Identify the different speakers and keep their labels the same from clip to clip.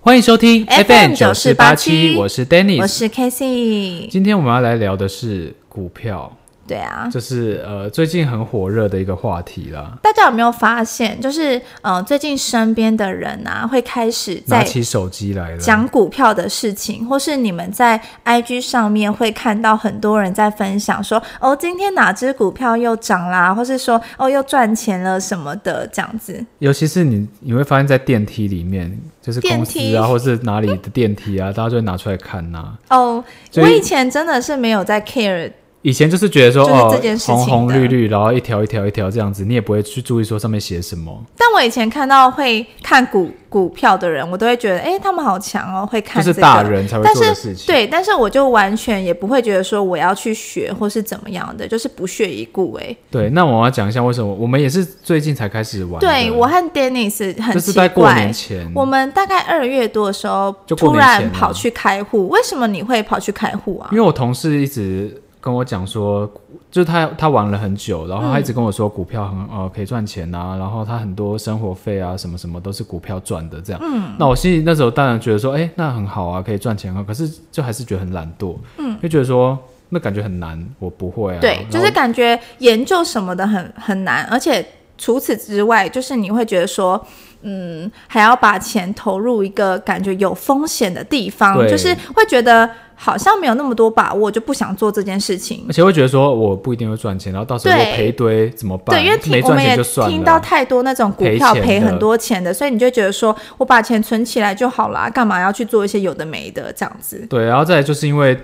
Speaker 1: 欢迎收听
Speaker 2: FM
Speaker 1: 九四八七，我是
Speaker 2: 我
Speaker 1: Dennis。
Speaker 2: 是 Casey。
Speaker 1: 今天我们要来聊的是股票，
Speaker 2: 对啊，
Speaker 1: 这是呃最近很火热的一个话题啦。
Speaker 2: 大家有没有发现，就是呃，最近身边的人啊，会开始
Speaker 1: 拿
Speaker 2: 在
Speaker 1: 起手机来了，
Speaker 2: 讲股票的事情，或是你们在 IG 上面会看到很多人在分享说，哦，今天哪只股票又涨啦，或是说哦又赚钱了什么的这样子。
Speaker 1: 尤其是你你会发现在电梯里面，就是公司
Speaker 2: 电
Speaker 1: 啊，
Speaker 2: 梯
Speaker 1: 或是哪里的电梯啊，大 家就会拿出来看呐、
Speaker 2: 哦，
Speaker 1: 所以
Speaker 2: 我以前真的是没有在 care，
Speaker 1: 以前就是觉得说
Speaker 2: 就是这件
Speaker 1: 哦，
Speaker 2: 事情
Speaker 1: 红
Speaker 2: 的
Speaker 1: 红绿绿，然后一条一条一条这样子，你也不会去注意说上面写什么，
Speaker 2: 但我以前看到会看股股票的人，我都会觉得，哎、他们好强哦，会看、
Speaker 1: 就
Speaker 2: 这
Speaker 1: 是
Speaker 2: 个。
Speaker 1: 大人才会
Speaker 2: 但
Speaker 1: 做的
Speaker 2: 是
Speaker 1: 事情。，
Speaker 2: 对，但是我就完全也不会觉得说我要去学或是怎么样的，就是不屑一顾哎、
Speaker 1: 对，那我要讲一下为什么我们也是最近才开始玩的。
Speaker 2: 对我和 Dennis 很
Speaker 1: 就是
Speaker 2: 奇
Speaker 1: 在过
Speaker 2: 怪
Speaker 1: 年，前，
Speaker 2: 我们大概二月多的时候
Speaker 1: 就过
Speaker 2: 突
Speaker 1: 年前啊
Speaker 2: 然跑去开户，为什么你会跑去开户啊
Speaker 1: 因？为我同事一直跟我讲说，就是他他玩了很久，然后他一直跟我说股票很
Speaker 2: 嗯
Speaker 1: 呃可以赚钱啊，然后他很多生活费啊什么什么都是股票赚的这样。嗯，那我心里那时候当然觉得说，哎、那很好啊，可以赚钱啊，可是就还是觉得很懒惰，嗯，就觉得说那感觉很难，我不会啊。
Speaker 2: 对，就
Speaker 1: 然后
Speaker 2: 是感觉研究什么的很很难，而且除此之外，就是你会觉得说，嗯，还要把钱投入一个感觉有风险的地方，
Speaker 1: 对
Speaker 2: 就是会觉得好像没有那么多把握，就不想做这件事情
Speaker 1: 而。且会觉得说我不一定会赚钱，然后到时候我
Speaker 2: 对
Speaker 1: 赔一堆怎么办？
Speaker 2: 对，因为
Speaker 1: 没
Speaker 2: 听我
Speaker 1: 赚
Speaker 2: 们也
Speaker 1: 钱就算了。啊
Speaker 2: 听到太多那种股票
Speaker 1: 赔钱的
Speaker 2: 赔很多钱的，所以你就觉得说我把钱存起来就好啊啦，干嘛要去做一些有的没的这样子？
Speaker 1: 对，然后再来就是因为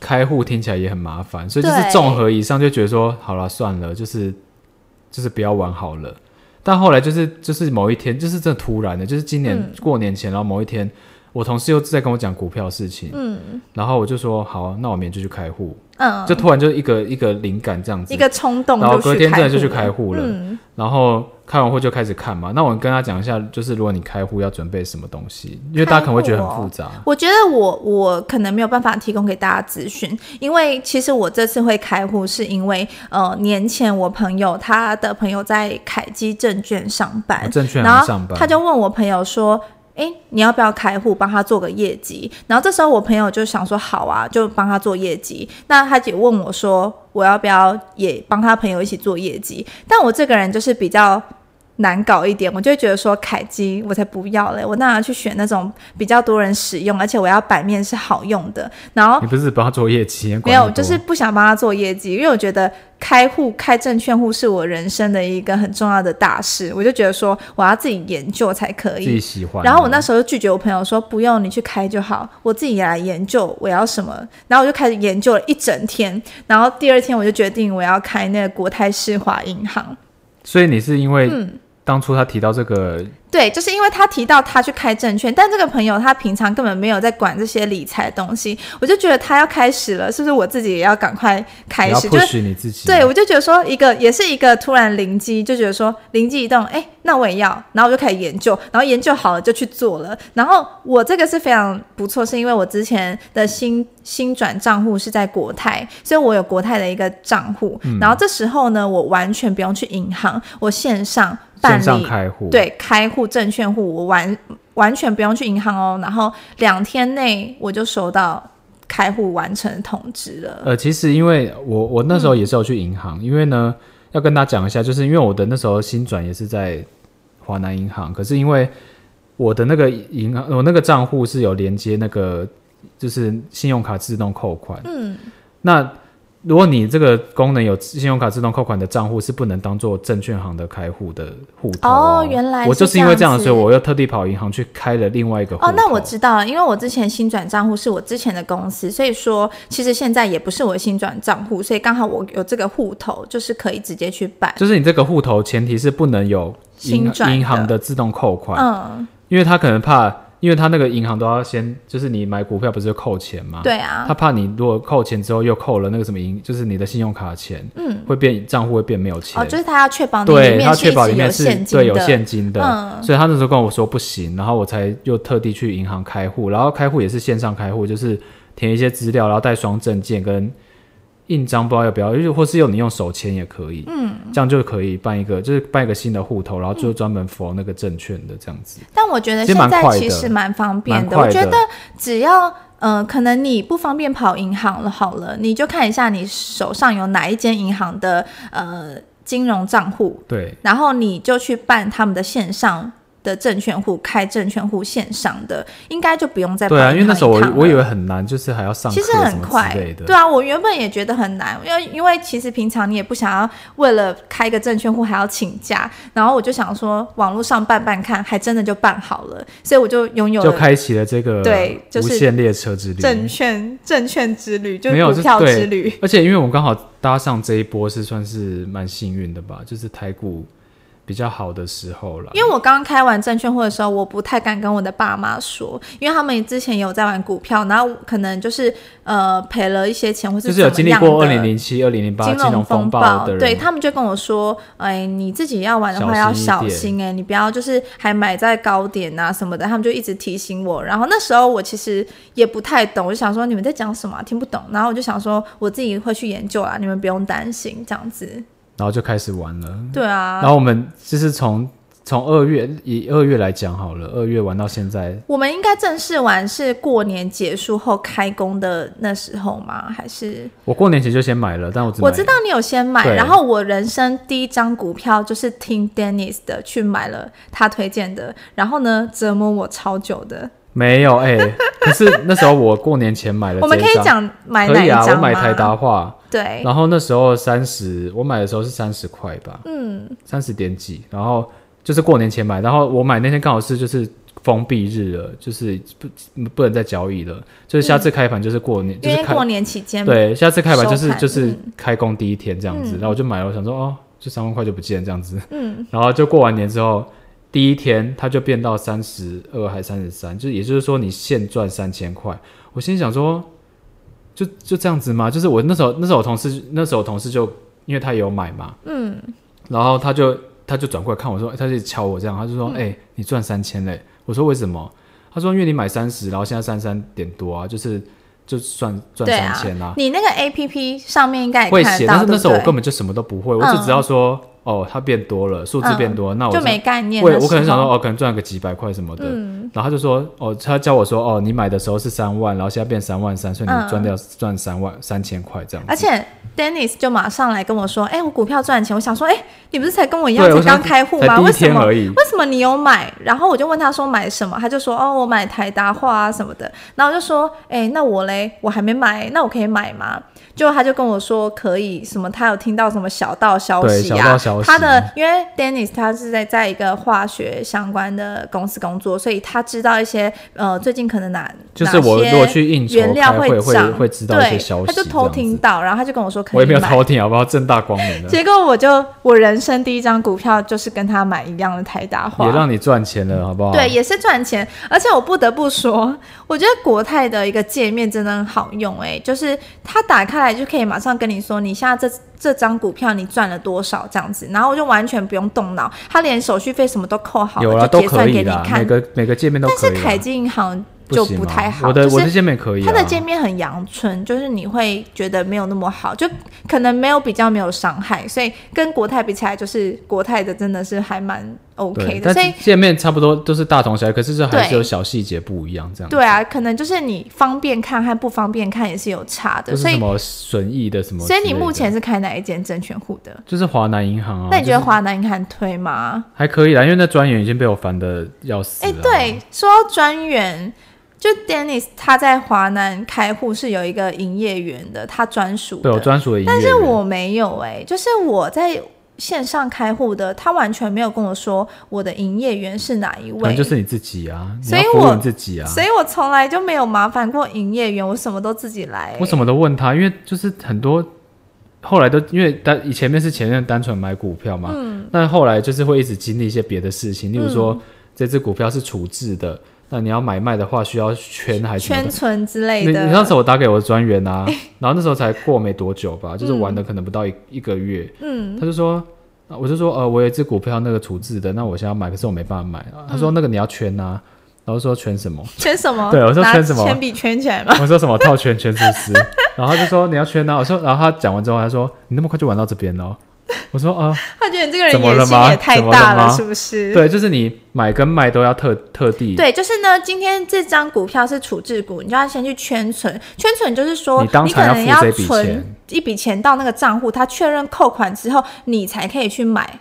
Speaker 1: 开户听起来也很麻烦，所以就是
Speaker 2: 对
Speaker 1: 综合以上就觉得说，好了，算了，就是就是不要玩好了。但后来就是就是某一天，就是这突然的，就是今
Speaker 2: 嗯
Speaker 1: 年过年前，然后某一天，我同事又在跟我讲股票的事情，嗯，然后我就说好，那我明天就去开户，
Speaker 2: 嗯，
Speaker 1: 就突然就一个一个灵感这样子
Speaker 2: 一，个冲动
Speaker 1: 然后
Speaker 2: 就
Speaker 1: 隔
Speaker 2: 去
Speaker 1: 天
Speaker 2: 开
Speaker 1: 真的就
Speaker 2: 户
Speaker 1: 去开户了，
Speaker 2: 嗯，
Speaker 1: 然后开完户就开始看嘛。那我跟他讲一下，就是如果你开户要准备什么东西，因为大家可能会觉得
Speaker 2: 开
Speaker 1: 很
Speaker 2: 户哦
Speaker 1: 复杂，
Speaker 2: 我觉得我我可能没有办法提供给大家资讯，因为其实我这次会开户是因为呃年前我朋友他的朋友在凯基证券上班，
Speaker 1: 证券
Speaker 2: 然
Speaker 1: 行
Speaker 2: 后
Speaker 1: 上班，
Speaker 2: 他就问我朋友说。诶，你要不要开户帮他做个业绩？然后这时候我朋友就想说好啊，就帮他做业绩。那他姐问我说我要不要也帮他朋友一起做业绩？但我这个人就是比较难搞一点，我就会觉得说凯基我才不要嘞，我当然要去选那种比较多人使用，而且我要版面是好用的。然后
Speaker 1: 你不是帮他做业绩？你
Speaker 2: 没
Speaker 1: 管那
Speaker 2: 有，
Speaker 1: 么
Speaker 2: 就
Speaker 1: 多
Speaker 2: 是不想帮他做业绩，因为我觉得开户、开证券户是我人生的一个很重要的大事，我就觉得说我要自己研究才可
Speaker 1: 自己
Speaker 2: 以。
Speaker 1: 喜欢的。
Speaker 2: 然后我那时候就拒绝我朋友说不用你去开就好，我自己来研究我要什么。然后我就开始研究了一整天，然后第二天我就决定我要开那个国泰世华银行。
Speaker 1: 所以你是因为
Speaker 2: 嗯
Speaker 1: 当初他提到这个，
Speaker 2: 对，就是因为他提到他去开证券，但这个朋友他平常根本没有在管这些理财的东西，我就觉得他要开始了，是不是我自己也要赶快开
Speaker 1: 你要
Speaker 2: 始？就是
Speaker 1: push 你自己，
Speaker 2: 对，我就觉得说一个也是一个突然灵机，就觉得说灵机一动，哎，那我也要，然后我就开始研究，然后研究好了就去做了。然后我这个是非常不错，是因为我之前的新新转账户是在国泰，所以我有国泰的一个账户。
Speaker 1: 嗯
Speaker 2: 然后这时候呢，我完全不用去银行，我线上办
Speaker 1: 线上
Speaker 2: 理
Speaker 1: 开户，，
Speaker 2: 对，开户证券户，我完完全不用去银行哦。然后两天内我就收到开户完成通知了。
Speaker 1: 呃，其实因为我我那时候也是有去银行，因为呢要跟大家讲一下，就是因为我的那时候新转也是在华南银行，可是因为我的那个银行，我那个账户是有连接那个就是信用卡自动扣款，
Speaker 2: 嗯，
Speaker 1: 那如果你这个功能有信用卡自动扣款的账户，是不能当做证券行的开户的户头
Speaker 2: 哦原来是
Speaker 1: 我就是因为这样，
Speaker 2: 这样子
Speaker 1: 所以我又特地跑银行去开了另外一个户头。
Speaker 2: 哦，那我知道了，因为我之前新转账户是我之前的公司，所以说其实现在也不是我的新转账户，所以刚好我有这个户头，就是可以直接去办。
Speaker 1: 就是你这个户头前提是不能有银
Speaker 2: 新转的
Speaker 1: 银行的自动扣款，
Speaker 2: 嗯，
Speaker 1: 因为他可能怕，因为他那个银行都要先，就是你买股票不是就扣钱吗？。
Speaker 2: 对啊，
Speaker 1: 他怕你如果扣钱之后又扣了那个什么银，就是你的信用卡钱，嗯，会变账户会变没有钱，
Speaker 2: 哦，就是他要确保你里
Speaker 1: 对，
Speaker 2: 面
Speaker 1: 他
Speaker 2: 是一
Speaker 1: 确保里
Speaker 2: 直
Speaker 1: 面是
Speaker 2: 现金
Speaker 1: 对有
Speaker 2: 的。
Speaker 1: 现金的，
Speaker 2: 嗯
Speaker 1: 所以他那时候跟我说不行，然后我才又特地去银行开户，然后开户也是线上开户，就是填一些资料，然后带双证件跟印章不知道要不要，就是或是用你用手签也可以，嗯，这样就可以办一个，就是办一个新的户头，然后
Speaker 2: 嗯
Speaker 1: 就专门 for 那个证券的这样子。
Speaker 2: 但我觉得
Speaker 1: 其实
Speaker 2: 现
Speaker 1: 蛮
Speaker 2: 在
Speaker 1: 快的
Speaker 2: 其实蛮方便
Speaker 1: 蛮
Speaker 2: 的，
Speaker 1: 快
Speaker 2: 我觉
Speaker 1: 的
Speaker 2: 得只要嗯、呃可能你不方便跑银行了，好了，你就看一下你手上有哪一间银行的呃金融账户，
Speaker 1: 对，
Speaker 2: 然后你就去办他们的线上。的证券户开证券户线上的，应该就不用再
Speaker 1: 对啊，
Speaker 2: 跑
Speaker 1: 因为
Speaker 2: 银
Speaker 1: 那
Speaker 2: 行
Speaker 1: 时候
Speaker 2: 一
Speaker 1: 我
Speaker 2: 趟
Speaker 1: 我以
Speaker 2: 了
Speaker 1: 为很难，就是还要上课
Speaker 2: 其实
Speaker 1: 什
Speaker 2: 很
Speaker 1: 么
Speaker 2: 快
Speaker 1: 之类的。，
Speaker 2: 对啊，我原本也觉得很难，因为因为其实平常你也不想要为了开个证券户还要请假，然后我就想说网络上办办看，还真的就办好了，所以我就拥有
Speaker 1: 就
Speaker 2: 了
Speaker 1: 开启了这个
Speaker 2: 对就是
Speaker 1: 无限列车之旅。
Speaker 2: 证券证券之旅，就
Speaker 1: 没有就是
Speaker 2: 是股票
Speaker 1: 对
Speaker 2: 之旅。
Speaker 1: 而且因为我们刚好搭上这一波是算是蛮幸运的吧，就是台股比较好的时候了。
Speaker 2: 因为我刚开完证券户的时候，我不太敢跟我的爸妈说，因为他们之前有在玩股票，然后可能就是呃赔了一些钱，或
Speaker 1: 就是
Speaker 2: 怎
Speaker 1: 有
Speaker 2: 么
Speaker 1: 经历
Speaker 2: 样
Speaker 1: 过二
Speaker 2: 的
Speaker 1: 零零七、二零零八
Speaker 2: 金
Speaker 1: 金融
Speaker 2: 融风
Speaker 1: 暴的人，
Speaker 2: 对他们就跟我说：“哎，你自己要玩的话要小
Speaker 1: 小心
Speaker 2: 心、哎，你不要就是还买在高点啊什么的。”他们就一直提醒我。然后那时候我其实也不太懂，我就想说你们在讲什么啊、听不懂。然后我就想说我自己会去研究啊，你们不用担心这样子。
Speaker 1: 然后就开始玩了。
Speaker 2: 对啊，
Speaker 1: 然后我们就是从从二月以二月来讲好了，二月玩到现在，
Speaker 2: 我们应该正式玩是过年结束后开工的那时候吗？还是
Speaker 1: 我过年前就先买了，但我只买
Speaker 2: 我知道你有先买，
Speaker 1: 对
Speaker 2: 然后我人生第一张股票就是听 Dennis 的去买了他推荐的，然后呢折磨我超久的。
Speaker 1: 没有哎、可是那时候我过年前买了这
Speaker 2: 我
Speaker 1: 一
Speaker 2: 们
Speaker 1: 张，
Speaker 2: 可以讲买
Speaker 1: 可
Speaker 2: 哪一
Speaker 1: 以啊，我
Speaker 2: 张吗？
Speaker 1: 买台达化，
Speaker 2: 对，
Speaker 1: 然后那时候三十，我买的时候是三十块吧，
Speaker 2: 嗯，
Speaker 1: 三十点几，然后就是过年前买，然后我买那天刚好是就是封闭日了，就是不不能再交易了，就是下次开盘就是过年，就
Speaker 2: 因
Speaker 1: 是
Speaker 2: 为
Speaker 1: 开
Speaker 2: 过年期间，
Speaker 1: 对，下次开盘就
Speaker 2: 哎收
Speaker 1: 是
Speaker 2: 盘
Speaker 1: 就是
Speaker 2: 嗯
Speaker 1: 开工第一天这样子，然后我就买了，我想说哦，就三万块就不见这样子，
Speaker 2: 嗯，
Speaker 1: 然后就过完年之后，第一天它就变到三十二还三十三，就也就是说你现赚三千块。我心想说，就就这样子吗？就是我那时候那时候我同事那时候我同事就因为他也有买嘛，嗯，然后他就他就转过来看我说，他就敲我这样，他就说，
Speaker 2: 嗯
Speaker 1: 哎、你赚三千嘞？我说为什么？他说因为你买三十，然后现在三三点多啊，就是就算赚
Speaker 2: 对
Speaker 1: 三
Speaker 2: 啊
Speaker 1: 千啊，
Speaker 2: 你那个 A P P 上面应该也
Speaker 1: 会
Speaker 2: 哎看
Speaker 1: 写，
Speaker 2: 得
Speaker 1: 但
Speaker 2: 到，
Speaker 1: 是那时候
Speaker 2: 对不
Speaker 1: 我
Speaker 2: 对
Speaker 1: 根本就什么都不会，我
Speaker 2: 嗯
Speaker 1: 只知道说哦，它变多了，数字变多，那我
Speaker 2: 就没概念。
Speaker 1: 我也
Speaker 2: 那
Speaker 1: 我可能
Speaker 2: 时
Speaker 1: 想
Speaker 2: 候嗯
Speaker 1: 说哦，可能赚个几百块什么的，然后他就说哦，他教我说哦，你买的时候是三万，然后现在变三万三，所以
Speaker 2: 嗯啊
Speaker 1: 你赚掉赚三万三千块这样子。
Speaker 2: 而且 Dennis 就马上来跟我说：“哎、我股票赚钱。”我想说：“哎、你不是才跟我一样
Speaker 1: 对我
Speaker 2: 刚
Speaker 1: 想
Speaker 2: 开户
Speaker 1: 才
Speaker 2: 吗？
Speaker 1: 第一
Speaker 2: 为什
Speaker 1: 天
Speaker 2: 么？
Speaker 1: 而已
Speaker 2: 为什么你有买？”然后我就问他说：“买什么？”他就说：“哦，我买台达化啊什么的。”然后我就说：“哎、那我嘞，我还没买，那我可以买吗？”就他就跟我说可以，什么他有听到什么小道消
Speaker 1: 对
Speaker 2: 息
Speaker 1: 小
Speaker 2: 啊
Speaker 1: 道，消息
Speaker 2: 他的因为 Dennis 他是在在一个化学相关的公司工作，所以他知道一些呃最近可能哪
Speaker 1: 就是我如果去应酬
Speaker 2: 原料
Speaker 1: 开会会
Speaker 2: 涨，
Speaker 1: 会知道一些消息
Speaker 2: 对，他就偷
Speaker 1: 这样子
Speaker 2: 听到，然后他就跟我说可以
Speaker 1: 我也没有
Speaker 2: 买
Speaker 1: 偷听，好不好？正大光明的，
Speaker 2: 结果我就我人生第一张股票就是跟他买一样的台达
Speaker 1: 也
Speaker 2: 化。
Speaker 1: 让你赚钱了，好不好？
Speaker 2: 对，，也是赚钱，而且我不得不说，我觉得国泰的一个界面真的很好用、诶，就是它打开来就可以马上跟你说，你现在这这张股票你赚了多少这样子，然后我就完全不用动脑，它连手续费什么都扣好
Speaker 1: 有
Speaker 2: 了，
Speaker 1: 啦，
Speaker 2: 就
Speaker 1: 都
Speaker 2: 结算
Speaker 1: 可
Speaker 2: 给
Speaker 1: 以
Speaker 2: 你
Speaker 1: 啦，每
Speaker 2: 看。
Speaker 1: 个每个界面都
Speaker 2: 但
Speaker 1: 可
Speaker 2: 是
Speaker 1: 以啦。啊
Speaker 2: 凯基银行就
Speaker 1: 行
Speaker 2: 不
Speaker 1: 吗
Speaker 2: 太好，
Speaker 1: 我的
Speaker 2: 就是
Speaker 1: 我的界面可以啊，
Speaker 2: 它的界面很阳春，就是你会觉得没有那么好，就可能没有比较没有伤害，所以跟国泰比起来，就是国泰的真的是还蛮 OK
Speaker 1: 对，但
Speaker 2: 的。所以
Speaker 1: 界面差不多都是大同小异，可是这还是
Speaker 2: 对
Speaker 1: 有小细节不一样这样子。
Speaker 2: 对啊，可能就是你方便看和不方便看也是有差的，
Speaker 1: 就是
Speaker 2: 所
Speaker 1: 什
Speaker 2: 以
Speaker 1: 么损益的什么之
Speaker 2: 所
Speaker 1: 类的。
Speaker 2: 以你目前是开哪一间证券户的？
Speaker 1: 就是华南银行啊，
Speaker 2: 那你觉
Speaker 1: 就
Speaker 2: 得
Speaker 1: 是
Speaker 2: 华南银行推吗？
Speaker 1: 还可以啦？因为那专员已经被我烦的要死
Speaker 2: 哎、
Speaker 1: 了。，
Speaker 2: 对，说到专员，就 Dennis 他在华南开户是有一个营业员的，他专属
Speaker 1: 对
Speaker 2: 的
Speaker 1: 我。专属的营业员，
Speaker 2: 但是我没有哎、就是我在线上开户的，他完全没有跟我说我的营业员是哪一
Speaker 1: 可
Speaker 2: 位，
Speaker 1: 能就是你自己啊，你
Speaker 2: 所以
Speaker 1: 要服务
Speaker 2: 我
Speaker 1: 你自己啊。
Speaker 2: 所以我从来就没有麻烦过营业员，我什么都自己来、
Speaker 1: 我什么都问他，因为就是很多后来都因为单以前面是前任单纯买股票嘛，嗯，但后来就是会一直经历一些别的事情，例如
Speaker 2: 嗯
Speaker 1: 说、这只股票是处置的，那你要买卖的话需要圈还是什么
Speaker 2: 圈
Speaker 1: 的
Speaker 2: 存之类
Speaker 1: 你
Speaker 2: 哎的哎
Speaker 1: 你。那时候我打给我的专员啊，然后那时候才过没多久吧，
Speaker 2: 嗯
Speaker 1: 就是玩的可能不到一、一个月，嗯，他就说，啊我就说呃，我有一只股票那个处置的，那我想要买，可是我没办法买。他
Speaker 2: 嗯
Speaker 1: 说那个你要圈啊，然后说圈什么？
Speaker 2: 圈什么？
Speaker 1: 对我说
Speaker 2: 拿
Speaker 1: 圈什么
Speaker 2: 铅笔圈起来嘛。
Speaker 1: 我说什么套圈圈是不是？然后他就说你要去哪？我说，然后他讲完之后，他说你那么快就玩到这边了哦。我说 啊、
Speaker 2: 他觉得你这个人
Speaker 1: 怎么了
Speaker 2: 野心
Speaker 1: 吗
Speaker 2: 也太
Speaker 1: 怎么了
Speaker 2: 大了，
Speaker 1: 吗
Speaker 2: 是不是？
Speaker 1: 对，就是你买跟卖都要特特地，
Speaker 2: 对，就是呢，今天这张股票是处置股，你就要先去圈存。圈存就是说，
Speaker 1: 你当
Speaker 2: 可
Speaker 1: 场要付这
Speaker 2: 能
Speaker 1: 笔
Speaker 2: 存
Speaker 1: 钱
Speaker 2: 一笔钱到那个账户，他确认扣款之后，你才可以去买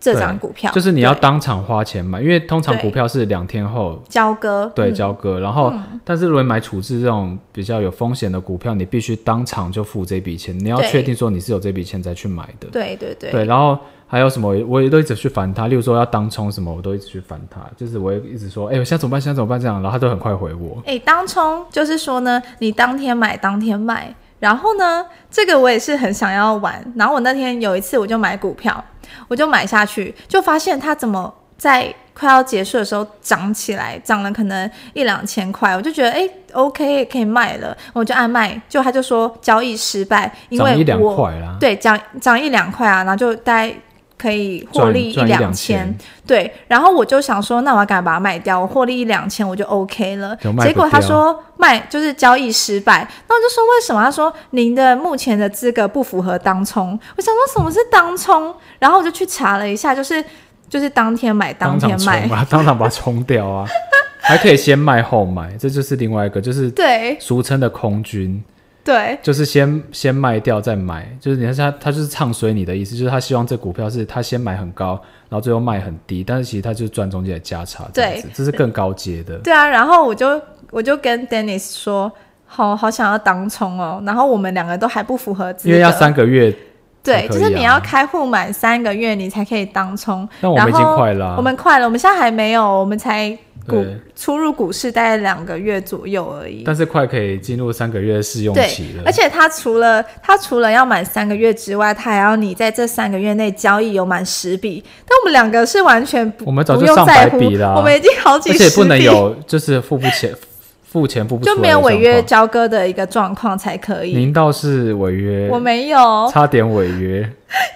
Speaker 2: 这张
Speaker 1: 对
Speaker 2: 股票。
Speaker 1: 就是你要
Speaker 2: 对
Speaker 1: 当场花钱买，因为通常
Speaker 2: 对
Speaker 1: 股票是两天后
Speaker 2: 交割，
Speaker 1: 对
Speaker 2: 嗯
Speaker 1: 交割，然后、但是如果你买处置这种比较有风险的股票，你必须当场就付这笔钱，你要
Speaker 2: 对
Speaker 1: 确定说你是有这笔钱再去买的。
Speaker 2: 对对对
Speaker 1: 对，然后还有什么，我也都一直去烦他，例如说要当冲什么，我都一直去烦他，就是我会一直说，哎、我现在怎么办？现在怎么办？这样，然后他都很快回我。
Speaker 2: 哎、当冲就是说呢，你当天买当天卖。然后呢，这个我也是很想要玩。然后我那天有一次我就买股票，我就买下去，就发现它怎么在快要结束的时候涨起来，涨了可能一两千块，我就觉得哎、OK 可以卖了，我就按卖。就他就说交易失败，因
Speaker 1: 涨
Speaker 2: 为
Speaker 1: 一两
Speaker 2: 我
Speaker 1: 块啦，
Speaker 2: 对涨涨一两块啊，然后就大概可以获
Speaker 1: 赚
Speaker 2: 利
Speaker 1: 赚一
Speaker 2: 两
Speaker 1: 两
Speaker 2: 千
Speaker 1: 千，，
Speaker 2: 对，然后我就想说，那我要赶快把它卖掉，我获利一两千我就 OK 了
Speaker 1: 就。卖
Speaker 2: 结
Speaker 1: 不
Speaker 2: 果他
Speaker 1: 掉
Speaker 2: 说卖就是交易失败，那我就说为什么？他说您的目前的资格不符合当冲。我想说什么是当冲？然后我就去查了一下，就是就是当天买当
Speaker 1: 当场
Speaker 2: 天卖
Speaker 1: 冲，啊， 当场把它冲掉啊，还可以先卖后买，这就是另外一个，就是
Speaker 2: 对
Speaker 1: 俗称的空军。
Speaker 2: 对
Speaker 1: 就是先先卖掉再买，就是你看他他就是唱衰你的意思，就是他希望这股票是他先买很高，然后最后卖很低，但是其实他就是赚中间的价差这样子，这是更高阶的。
Speaker 2: 对啊！然后我就我就跟 Dennis 说，好好想要当冲哦。然后我们两个都还不符合资格，
Speaker 1: 因为要三个月，
Speaker 2: 对，
Speaker 1: 才可
Speaker 2: 就是
Speaker 1: 以
Speaker 2: 你
Speaker 1: 啊
Speaker 2: 要开户满三个月，你才可以当冲。
Speaker 1: 但我们已经
Speaker 2: 然后
Speaker 1: 快了啊
Speaker 2: 我们快了，我们现在还没有，我们才股
Speaker 1: 对
Speaker 2: 初入股市大概两个月左右而已。
Speaker 1: 但是快可以进入三个月试用
Speaker 2: 对
Speaker 1: 期，了
Speaker 2: 而。且他除了他除了要满三个月之外，他还要你在这三个月内交易有满十笔。但我们两个是完全不
Speaker 1: 我们早
Speaker 2: 不
Speaker 1: 就
Speaker 2: 用
Speaker 1: 上
Speaker 2: 在
Speaker 1: 百
Speaker 2: 乎
Speaker 1: 笔啦啊
Speaker 2: 我们已经好几
Speaker 1: 而
Speaker 2: 十笔，
Speaker 1: 且不能有就是付不钱付钱付不出来
Speaker 2: 就
Speaker 1: 的
Speaker 2: 没有违约
Speaker 1: 状
Speaker 2: 交割的一个状况才可
Speaker 1: 况。
Speaker 2: 以。
Speaker 1: 您倒是违约，
Speaker 2: 我哦没有，
Speaker 1: 差点违约，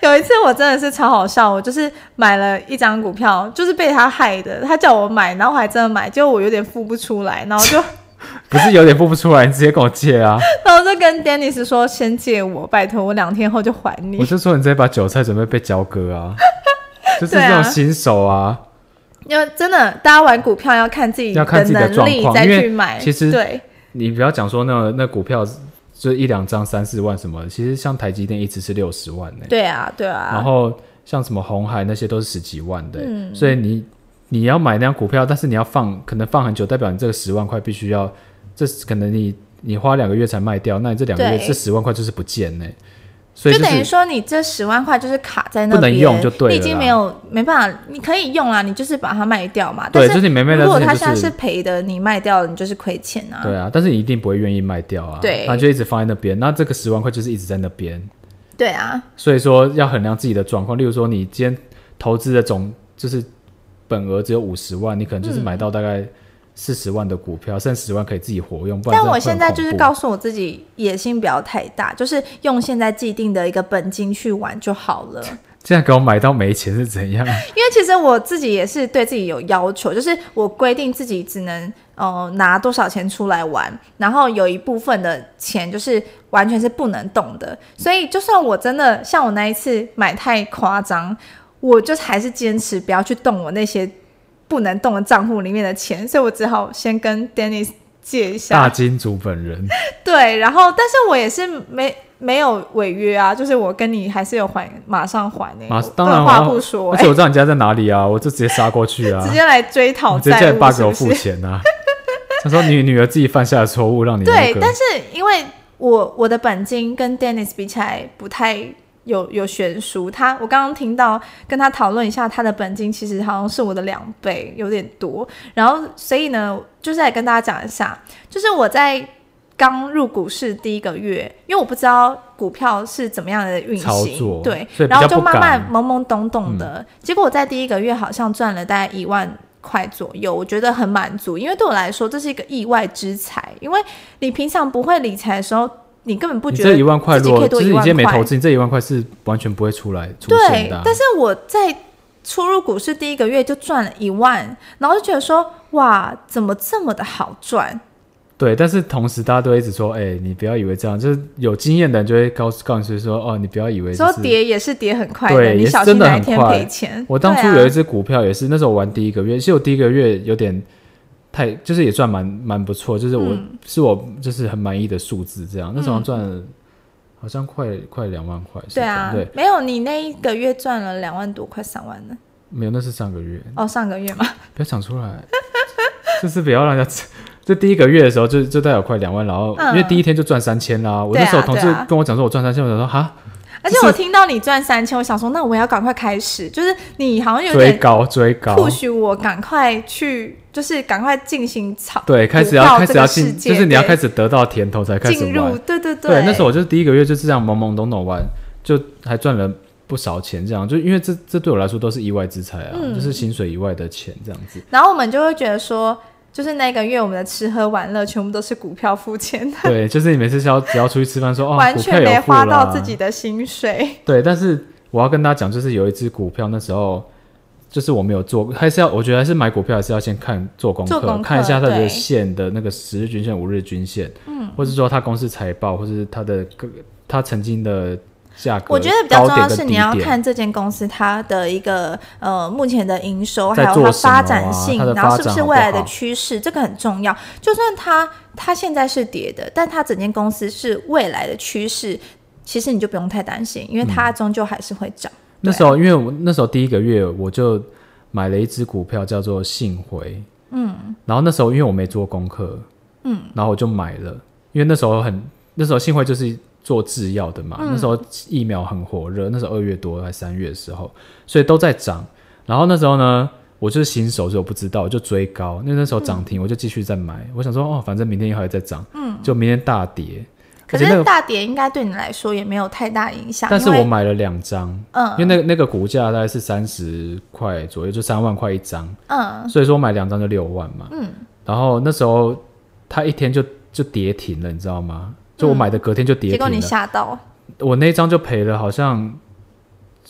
Speaker 2: 有一次我真的是超好笑，我就是买了一张股票，就是被他害的。他叫我买，然后我还真的买，结果我有点付不出来，然后就
Speaker 1: 不是有点付不出来，你直接跟我借啊！
Speaker 2: 然后就跟 Dennis 说先借我，拜托我两天后就还
Speaker 1: 我
Speaker 2: 你。
Speaker 1: 就说你这把韭菜准备被交割 啊，就是
Speaker 2: 对
Speaker 1: 这
Speaker 2: 啊
Speaker 1: 种新手啊
Speaker 2: 因为真的，大家玩股票要看自己
Speaker 1: 要看自己的
Speaker 2: 能
Speaker 1: 状
Speaker 2: 力
Speaker 1: 况
Speaker 2: 再
Speaker 1: 因为
Speaker 2: 去买。
Speaker 1: 其实
Speaker 2: 对
Speaker 1: 你不要讲说那那股票就一两张三四万什么的，其实像台积电一直是六十万呢、
Speaker 2: 对啊，对
Speaker 1: 然
Speaker 2: 啊，
Speaker 1: 后像什么红海那些都是十几万的欸、
Speaker 2: 嗯
Speaker 1: 所以你你要买那样股票，但是你要放可能放很久，代表你这个十万块必须要，这是可能你你花两个月才卖掉，那你这两个月
Speaker 2: 对
Speaker 1: 这十万块就是不见呢、所以
Speaker 2: 就
Speaker 1: 就
Speaker 2: 等于
Speaker 1: 是
Speaker 2: 说你这十万块就是卡在
Speaker 1: 不
Speaker 2: 那边，
Speaker 1: 能用就对了
Speaker 2: 你
Speaker 1: 啦
Speaker 2: 已经没有没办法，你可以用啊，你就是把它卖掉嘛。
Speaker 1: 对，
Speaker 2: 但
Speaker 1: 就是你没卖
Speaker 2: 如
Speaker 1: 掉
Speaker 2: 果
Speaker 1: 之
Speaker 2: 它
Speaker 1: 前
Speaker 2: 现在
Speaker 1: 就是是。
Speaker 2: 赔的，你卖掉了你就是亏钱啊。
Speaker 1: 对啊，但是你一定不会愿意卖掉啊，
Speaker 2: 对
Speaker 1: 那就一直放在那边，那这个十万块就是一直在那边，
Speaker 2: 对啊，
Speaker 1: 所以说要衡量自己的状况。例如说，你今天投资的总就是本额只有五十万，你可能就是买到大概四十万的股票，剩十万可以自己活用。不然
Speaker 2: 但
Speaker 1: 真的
Speaker 2: 我
Speaker 1: 会
Speaker 2: 现
Speaker 1: 很
Speaker 2: 在就是
Speaker 1: 恐怖
Speaker 2: 告诉我自己，野心不要太大，就是用现在既定的一个本金去玩就好了。
Speaker 1: 这样给我买到没钱是怎 样？
Speaker 2: 因为其实我自己也是对自己有要求，就是我规定自己只能呃拿多少钱出来玩，然后有一部分的钱就是完全是不能动的。所以就算我真的像我那一次买太夸张，我就还是坚持不要去动我那些不能动的账户里面的钱，所以我只好先跟 Dennis 借一下。
Speaker 1: 大金主本人，
Speaker 2: 对，然后但是我也是没没有违约啊，就是我跟你还是有还，马上还呢、欸，
Speaker 1: 马
Speaker 2: 我
Speaker 1: 当然
Speaker 2: 二
Speaker 1: 我
Speaker 2: 话
Speaker 1: 要
Speaker 2: 不说、
Speaker 1: 而
Speaker 2: 欸
Speaker 1: 且我知道你家在哪里啊，我就直接杀过去啊
Speaker 2: 直，接来追讨
Speaker 1: 我直接
Speaker 2: 债
Speaker 1: 叫
Speaker 2: 务，
Speaker 1: 你爸给我
Speaker 2: 是
Speaker 1: 付
Speaker 2: 不是？
Speaker 1: 钱啊。他说你女儿自己犯下的错误，让你那
Speaker 2: 对，
Speaker 1: 个
Speaker 2: 但是因为我我的本金跟 Dennis 比起来不太有有悬殊，他我刚刚听到跟他讨论一下，他的本金其实好像是我的两倍，有点多。然后所以呢，就是来跟大家讲一下，就是我在。刚入股市第一个月，因为我不知道股票是怎么样的运
Speaker 1: 操
Speaker 2: 行，
Speaker 1: 作
Speaker 2: 对
Speaker 1: 所，以比
Speaker 2: 然后
Speaker 1: 较
Speaker 2: 就
Speaker 1: 不
Speaker 2: 慢慢
Speaker 1: 敢嗯
Speaker 2: 懵懵懂懂的。结果我在第一个月好像赚了大概一万块左右，我觉得很满足，因为对我来说这是一个意外之财，因为你平常不会理财的时候，你根本不
Speaker 1: 你
Speaker 2: 觉
Speaker 1: 这
Speaker 2: 得
Speaker 1: 一万块
Speaker 2: 自己
Speaker 1: 如果
Speaker 2: 可以多
Speaker 1: 就是你
Speaker 2: 一
Speaker 1: 今
Speaker 2: 万
Speaker 1: 天没
Speaker 2: 块
Speaker 1: 投。资，你这一万块是完全不会出来出现
Speaker 2: 对
Speaker 1: 的啊，。
Speaker 2: 但是我在初入股市第一个月就赚了一万，然后就觉得说哇，怎么这么的好赚？
Speaker 1: 对，但是同时大家都会一直说，哎、你不要以为这样，就是有经验的人就会告诉告诉你说，哦，你不要以为、就
Speaker 2: 说
Speaker 1: 是、
Speaker 2: 跌也是跌很快的，
Speaker 1: 对
Speaker 2: 你
Speaker 1: 也是
Speaker 2: 小心
Speaker 1: 真的
Speaker 2: 哪一
Speaker 1: 很
Speaker 2: 天
Speaker 1: 快
Speaker 2: 赔钱。
Speaker 1: 我当初
Speaker 2: 对啊
Speaker 1: 有一只股票也是，那时候我玩第一个月，其实我第一个月有点太，就是也赚蛮蛮不错，就是我、
Speaker 2: 嗯
Speaker 1: 是我就是很满意的数字这样，那时候好像赚了好像快快两万块，是
Speaker 2: 对
Speaker 1: 吧
Speaker 2: 啊
Speaker 1: 对，，
Speaker 2: 没有你那一个月赚了两万多，快三万了。
Speaker 1: 没有，那是上个月，
Speaker 2: 哦，上个月 嘛，
Speaker 1: 不要讲出来，就是不要让人家知。就第一个月的时候就就带有快两万，然后、
Speaker 2: 嗯
Speaker 1: 因为第一天就赚三千啦。我
Speaker 2: 对啊
Speaker 1: 那时候同事
Speaker 2: 对啊
Speaker 1: 跟我讲说，我赚三千，我想说哈，
Speaker 2: 而且我听到你赚三千，我想说，那我要赶快开始，就是你好像有
Speaker 1: 追
Speaker 2: 点
Speaker 1: 高追高，
Speaker 2: 迫许我赶快去，就是赶快进行炒，
Speaker 1: 对，开始
Speaker 2: 到
Speaker 1: 要开
Speaker 2: 这
Speaker 1: 始
Speaker 2: 个
Speaker 1: 要
Speaker 2: 世
Speaker 1: 进，
Speaker 2: 界
Speaker 1: 就是你要
Speaker 2: 对
Speaker 1: 开始得到甜头才开始
Speaker 2: 进
Speaker 1: 玩
Speaker 2: 入，。对对
Speaker 1: 对，那时候我就是第一个月就是这样懵懵懂懂玩，就还赚了不少钱，这样就因为这这对我来说都是意外之财啊，
Speaker 2: 嗯
Speaker 1: 就是薪水以外的钱这样子。
Speaker 2: 然后我们就会觉得说，就是那个月我们的吃喝玩乐全部都是股票付钱的，
Speaker 1: 对，就是你每次只要只要出去吃饭说哦，
Speaker 2: 完
Speaker 1: 股
Speaker 2: 全
Speaker 1: 票
Speaker 2: 没
Speaker 1: 有付
Speaker 2: 花到
Speaker 1: 啦
Speaker 2: 自己的薪水。
Speaker 1: 对，但是我要跟大家讲，就是有一只股票那时候。就是我没有做，还是要我觉得还是买股票还是要先看做功
Speaker 2: 做
Speaker 1: 课，
Speaker 2: 功课
Speaker 1: 看一下它
Speaker 2: 对
Speaker 1: 的线的那个十日均线、五日均线，嗯，或是说它公司财报，或是它的各它曾经的价格，
Speaker 2: 我觉得比较重
Speaker 1: 高点
Speaker 2: 要
Speaker 1: 跟
Speaker 2: 是
Speaker 1: 低
Speaker 2: 你要
Speaker 1: 点
Speaker 2: 看这间公司它的一个呃目前的营收，还
Speaker 1: 在
Speaker 2: 有
Speaker 1: 做
Speaker 2: 它
Speaker 1: 什么
Speaker 2: 发
Speaker 1: 啊
Speaker 2: 展性，
Speaker 1: 它的
Speaker 2: 然后
Speaker 1: 发
Speaker 2: 是不
Speaker 1: 展
Speaker 2: 是
Speaker 1: 好不
Speaker 2: 未来的
Speaker 1: 好
Speaker 2: 趋势，这个很重要。就算它它现在是跌的，但它整间公司是未来的趋势，其实你就不用太担心，因为
Speaker 1: 嗯
Speaker 2: 它终究还是会涨。
Speaker 1: 那时候，因为我那时候第一个月我就买了一只股票叫做信回，嗯，然后那时候因为我没做功课，嗯，然后我就买了，因为那时候很那时候信回就是做制药的嘛，那时候疫苗很火热，那时候二月多还三月的时候，所以都在涨。然后那时候呢，我就是新手，所以我不知道，我就追高，因为那时候涨停，我就继续再买，我想说哦，反正明天还会再涨，嗯，就明天大跌，
Speaker 2: 可
Speaker 1: 而且那
Speaker 2: 是
Speaker 1: 个
Speaker 2: 大跌应该对你来说也没有太大影响，
Speaker 1: 但是
Speaker 2: 因为
Speaker 1: 我买了两张，
Speaker 2: 嗯
Speaker 1: 因为那个那个股价大概是三十块左右，就三万块一张，
Speaker 2: 嗯。
Speaker 1: 所以说我买两张就六万嘛。嗯，然后那时候它一天就就跌停了，你知道吗？就我买的隔天就跌
Speaker 2: 嗯结
Speaker 1: 停
Speaker 2: 果
Speaker 1: 了，
Speaker 2: 你吓到，
Speaker 1: 我那一张就赔了，好像